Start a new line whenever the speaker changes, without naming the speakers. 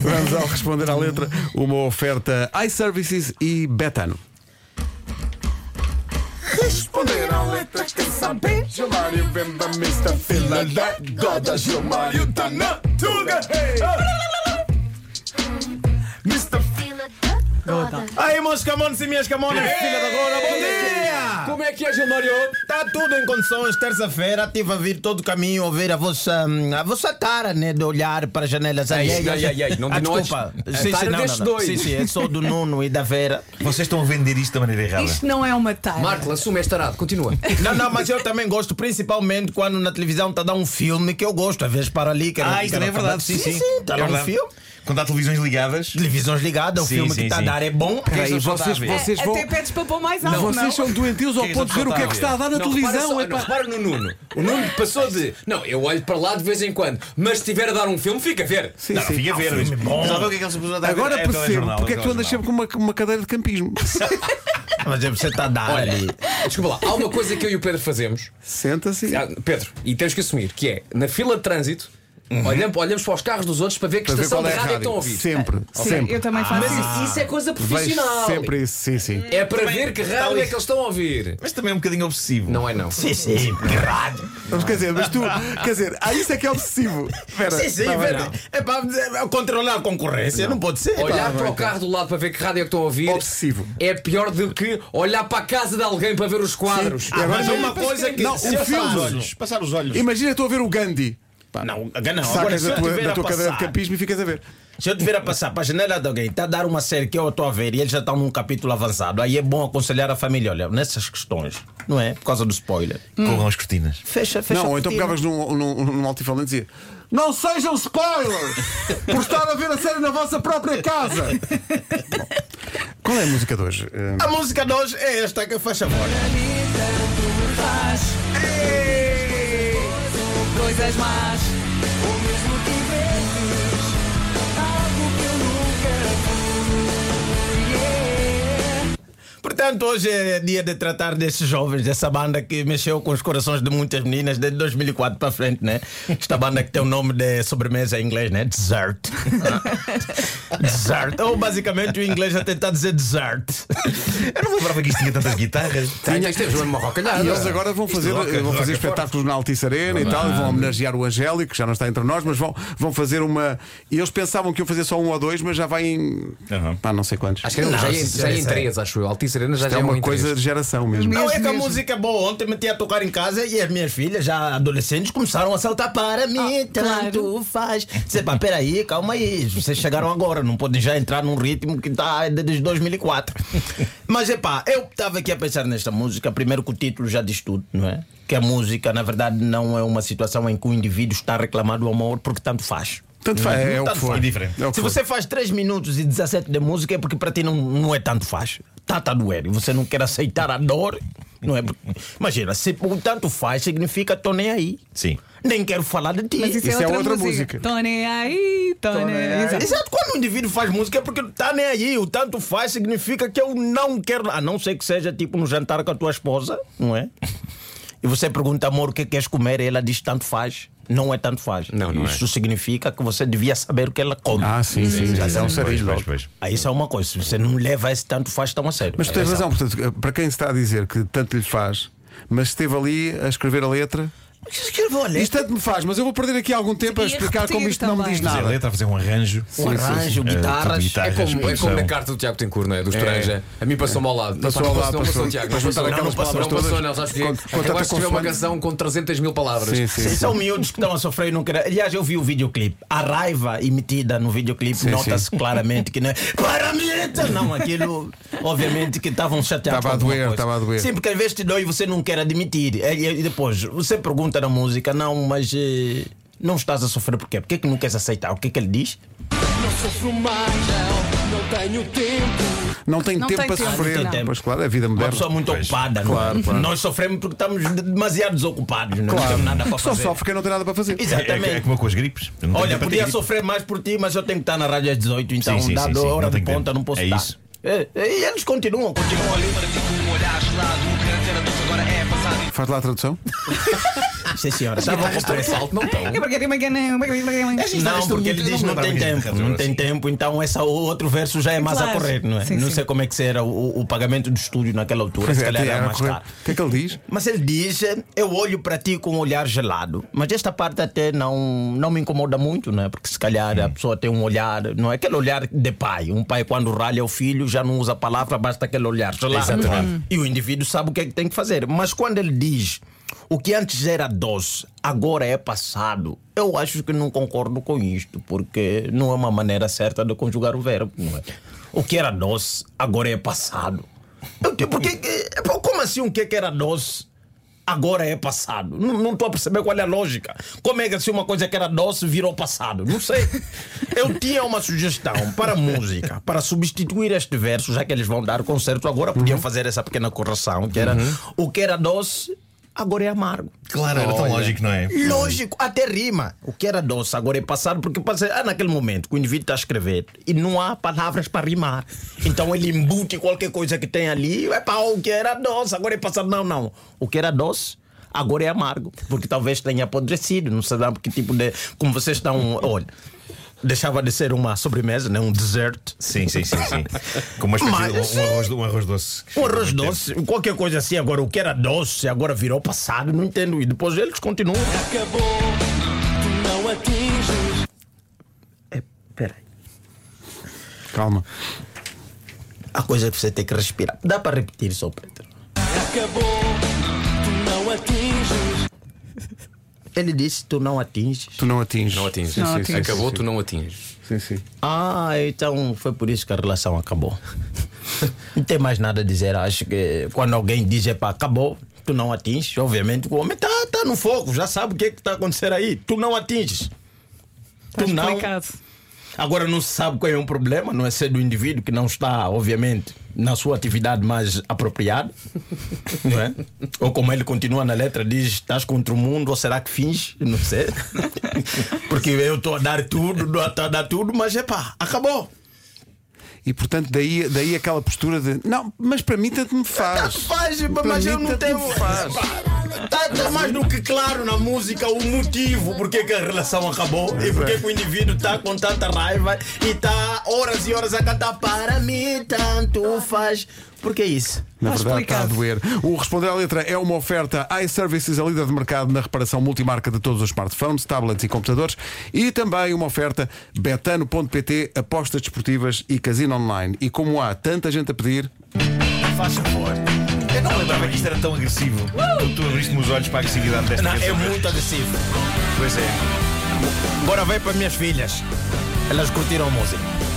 Vamos ao responder à letra uma oferta iServices e Betano.
Responder à letra que saber. Gilmário Bemba, Mr. Fila da Goda. Gilmário tá na Tuga. Hey! Mr.
Aí, meus camões e minhas camonas, filha da Gora, bom dia!
Como é que é, Gilmário?
Está tudo em condições, terça-feira, estive a vir todo o caminho ouvir a vossa, hum, a vossa tara, né, de olhar para as janelas
Ei,
alheias.
ei, ei, ei, não de
ah,
nós.
desculpa.
É tara destes dois.
Sim, sim, é só do Nuno e da Vera.
Vocês estão a vender isto da maneira errada.
Isto não é uma tara.
Marco, assume este tarado, continua.
Não, não, mas eu também gosto, principalmente quando na televisão está a dar um filme que eu gosto, às vezes para ali, um quero
Ah,
quero
isso também é
acabar-
verdade. Sim, sim.
está a dar
É
um
verdade.
filme.
Quando há televisões ligadas.
Televisões ligadas, o
Sim,
filme
sim,
que está a
sim.
dar é bom.
é que
Peraí,
eles não
vocês,
estão a ver?
vocês vão.
Até pedes para pôr mais alto, não?
Vocês são doentios ao
Quem é que
ponto de ver o que é que está a dar na
Não, repara,
televisão.
só,
é
não,
pá.
repara no Nuno. O Nuno passou de. Não, eu olho para lá de vez em quando, mas se estiver a dar um filme, fica a ver.
Sim,
Não,
sim.
fica a
tá
ver. Mas mas sabe o que é que eles precisam dar?
Agora
é
percebo
telejornal,
porque é que tu andas
telejornal.
sempre com uma, uma cadeira de campismo.
Mas é você está a dar
Olha,
ali.
desculpa lá, há uma coisa que eu e o Pedro fazemos,
Senta-se.
Ah, Pedro, e temos que assumir, que é na fila de trânsito, olhamos, olhamos para os carros dos outros para ver que
Para ver
estação
qual
de
é a
rádio é que estão a
rádio.
ouvir.
Sempre,
Sim,
sempre.
eu também faço
Mas
isso.
isso, isso é coisa
Vejo
profissional.
sempre isso, sim, sim.
É para
Também,
ver que
talvez.
rádio é que eles estão a ouvir.
Mas também é um bocadinho obsessivo.
Não é não.
Sim, sim, errado.
Mas quer dizer, mas tu, quer dizer, ah, isso é que é obsessivo. Espera,
Sim, sim,
tá bem.
velho. É para controlar a concorrência, não, pode ser. Ah,
Olhar para o carro do lado para ver que rádio é que estão a ouvir
Obsessivo.
é pior do que olhar para a casa de alguém para ver os quadros.
E agora
mas é
já-
uma coisa que
Não,
se
um
eu
filme.
faço-
Passar os olhos.
Imagina estou a ver o Gandhi. Pá,
Não, não, agora
Sacas
se
da
eu
tua,
tiver
da
a
tua cadeira de
passar,
campismo e ficas a ver.
se eu tiver a passar para a janela de alguém, está a dar uma série que eu estou a ver e eles já estão num capítulo avançado, aí é bom aconselhar a família, olha, nessas questões, não é? Por causa do spoiler.
Corram as cortinas.
Fecha, fecha.
Não,
a
ou então
cortina.
pegavas num, num, num altifalante e dizia: Não sejam spoilers por estar a ver a série na vossa própria casa. Bom, qual é a música de hoje? Eh,
A música de hoje é esta que faz favor.
Coisas más.
Portanto, hoje é dia de tratar desses jovens, dessa banda que mexeu com os corações de muitas meninas desde 2004 para frente, né? Esta banda que tem o nome de sobremesa em inglês, né? Dessert. dessert. Ou basicamente o inglês já tentar dizer dessert.
Eu não lembrava que isto tinha tantas guitarras.
Tinha, temos uma
Ah,
marrocalhada.
E eles agora vão fazer,
roca,
vão fazer
roca
espetáculos na Altice Arena e tal, e vão homenagear o Angélico, que já não está entre nós, mas vão, vão fazer uma. E eles pensavam que iam fazer só um ou dois, mas já vai em.
Aham.
pá, não sei quantos.
Acho um que era-
Não,
já, ia,
sim,
já ia
sim,
em
sim.
três, acho eu. Altice Arena já,
é
já
uma
em
coisa
três.
de geração mesmo.
Não é que a
mesmo.
música é boa. Ontem meti a tocar em casa e as minhas filhas, já adolescentes, começaram a saltar para mim.
Ah, claro.
Tanto faz. Disse, pá, peraí, calma aí. Vocês chegaram agora, não podem já entrar num ritmo que está desde 2004. Mas é pá, eu estava aqui a pensar nesta música. Primeiro que o título já diz tudo, não é? Que a música, na verdade, não é uma situação em que o indivíduo está a reclamar do amor porque tanto faz.
Tanto faz, é, o que
Tanto
for.
faz.
É diferente.
É o que
Se
for.
você faz 3 minutos e 17 de música é porque para ti não, não é tanto faz. Está tá a doer e você não quer aceitar a dor. Não é? Porque- Imagina, se o tanto faz significa estou nem aí.
Sim.
Nem quero falar de ti.
Mas isso,
Isso
é outra música. Tony aí, Tony. Exato.
É. Exato, quando o indivíduo faz música é porque está nem aí. O tanto faz significa que eu não quero. A não ser que seja tipo no jantar com a tua esposa, não é? E você pergunta, amor, o que queres comer? E ela diz tanto faz. Não é tanto faz.
Não, não é.
Isso significa que você devia saber o que ela come.
Ah, sim, sim, já é um sarilho
Pois,
logo.
pois, pois.
Aí isso é uma coisa, se você não leva esse tanto faz tão a sério.
Mas tu
É
tens razão, portanto, para quem está a dizer que tanto lhe faz, mas esteve ali a escrever a letra,
É. Escreveu a
isto é-
letra.
tanto me faz, mas eu vou perder aqui algum tempo a
E a
explicar
repetir
como isto não me
também.
diz
Fazer a
nada.
letra, fazer um arranjo.
Um
Ah,
arranjo, guitarras.
É como, é como na
produção.
carta do Tiago Tencourt, não é? Dos Toranja. A mim passou-me ao lado.
Passou ao
não,
lado,
não
passou.
passou, Tiago.
Depois
Não
juntaram
passou,
aquelas
não passou, não
palavras
passou, não.
todas.
Sabes
Con-
que
contrata
acabaste de escrever uma
consoante.
canção com 300 mil palavras.
Sim, sim,
Sim,
sim.
São miúdos que estão a sofrer e não querem. Aliás, eu vi o videoclipe. A raiva emitida no videoclipe nota-se claramente que não é. Para mim! Não, aquilo, obviamente, que estavam chateados.
Estava a
com alguma
doer,
coisa.
estava a doer.
Sim, porque às vezes te dói e você não quer admitir. É, E e depois, você pergunta na música, não, mas. eh, Não estás a sofrer porquê? Porquê que não queres aceitar? O que é que ele diz?
Não tem tempo
Não tem
para
tempo.
sofrer.
Ah, não tem tempo.
Pois claro, a vida
Uma
moderna.
pessoa muito ocupada, não é? Nós sofremos porque estamos demasiado desocupados, não temos nada para
Só
fazer.
sofre quem não tem nada para fazer.
Exatamente.
É, é como com as gripes. Eu não tenho
Olha,
tempo para
podia
ter gripe.
sofrer mais por ti, mas eu tenho que estar na rádio às 18, então
Sim, sim,
dá
sim,
da
sim,
hora
não
de
tenho
ponta,
tempo.
não posso
É
dar.
isso.
É, e eles continuam, continuam ali.
Faz lá a tradução.
Sim, senhora. Estavam a comprar essa.
Não estão.
é
Não,
Esta
porque
música
ele
eu
diz
não
não tem
lembrava que
tempo,
tinha
não
razão,
tem
assim.
tempo, então essa, o outro verso já é mais
Claro.
a correr, não é?
Sim,
não
sim.
sei como é que será o, o pagamento do estúdio naquela altura, se calhar era mais caro.
O que é que ele diz?
Mas ele diz, eu olho para ti com um olhar gelado. Mas esta parte até não, não me incomoda muito, né? Porque se calhar a pessoa tem um olhar, não é aquele olhar de pai. Um pai quando ralha o filho já não usa a palavra, basta aquele olhar gelado.
Exatamente.
E o indivíduo sabe o que é que tem que fazer. Mas quando ele diz, o que antes era doce, agora é passado. Eu acho que não concordo com isto, porque não é uma maneira certa de conjugar o verbo, não é? O que era doce, agora é passado. Eu, digo, porque, que- pô, como assim o que que era doce agora é passado? Não não estou a perceber qual é a lógica. Como é que assim uma coisa que era doce virou passado? Não sei. Eu tinha uma sugestão para a música, para substituir este verso, já que eles vão dar concerto agora, podiam fazer essa pequena correção, que era o que era doce agora é amargo.
Claro, era tão lógico, não é?
Lógico, até rima. O que era doce agora é passado, porque passei, ah, naquele momento que o indivíduo está a escrever e não há palavras para rimar. Então ele embute qualquer coisa que tem ali. É pá, o que era doce agora é passado. Não, não. O que era doce. Agora é amargo, porque talvez tenha apodrecido, não sei lá que tipo de. Como vocês estão. Olha, deixava de ser uma sobremesa, né? um dessert.
Sim, sim, sim, sim. Com uma espécie
Mas,
de um- um arroz, um arroz doce.
Um arroz doce, qualquer coisa assim, agora o que era doce agora virou passado, não entendo. E depois eles continuam.
Acabou, tu não atinges.
É, Peraí.
Calma.
Há coisa que você tem que respirar. Dá para repetir só, Pedro?
Acabou, tu não atinges.
Ele disse: Tu não atinges.
Tu não atinges.
Não atinges.
Sim,
Não
sim, sim,
atinges.
Acabou,
sim,
tu não atinges.
Sim, sim.
Ah, então foi por isso que a relação acabou. não tem mais nada a dizer. Acho que quando alguém diz: Epá, acabou, tu não atinges. Obviamente o homem tá, tá no fogo, já sabe o que é que está acontecendo aí. Tu não atinges.
Tá
Tu não. Agora não se sabe qual é o problema, não é ser do indivíduo que não está, obviamente, na sua atividade mais apropriada, não é? Ou como ele continua na letra, diz: estás contra o mundo, ou será que finge? Não sei. Porque eu estou a dar tudo, estou a dar tudo, mas é pá, acabou.
E portanto, daí, daí aquela postura de não, mas para mim tanto me
Tá,
faz.
faz,
Para
mas eu
mim,
não
tanto
tenho.
me faz.
Tá, tá mais do que claro na música o motivo porque que a relação acabou e porque que o indivíduo está com tanta raiva e está horas e horas a cantar para mim, tanto faz. Porque é isso.
Na
Tá
verdade, está a
explicado.
doer. O Responder à Letra é uma oferta iServices, a líder de mercado na reparação multimarca de todos os smartphones, tablets e computadores. E também uma oferta betano.pt, apostas desportivas e casino online. E como há tanta gente a pedir,
Faz favor.
Eu não lembrava que isto era tão agressivo. Tu, tu abriste-me os olhos para a agressividade desta
Não, é
canção.
muito agressivo.
Pois é.
Agora vem para minhas filhas. Elas curtiram a música.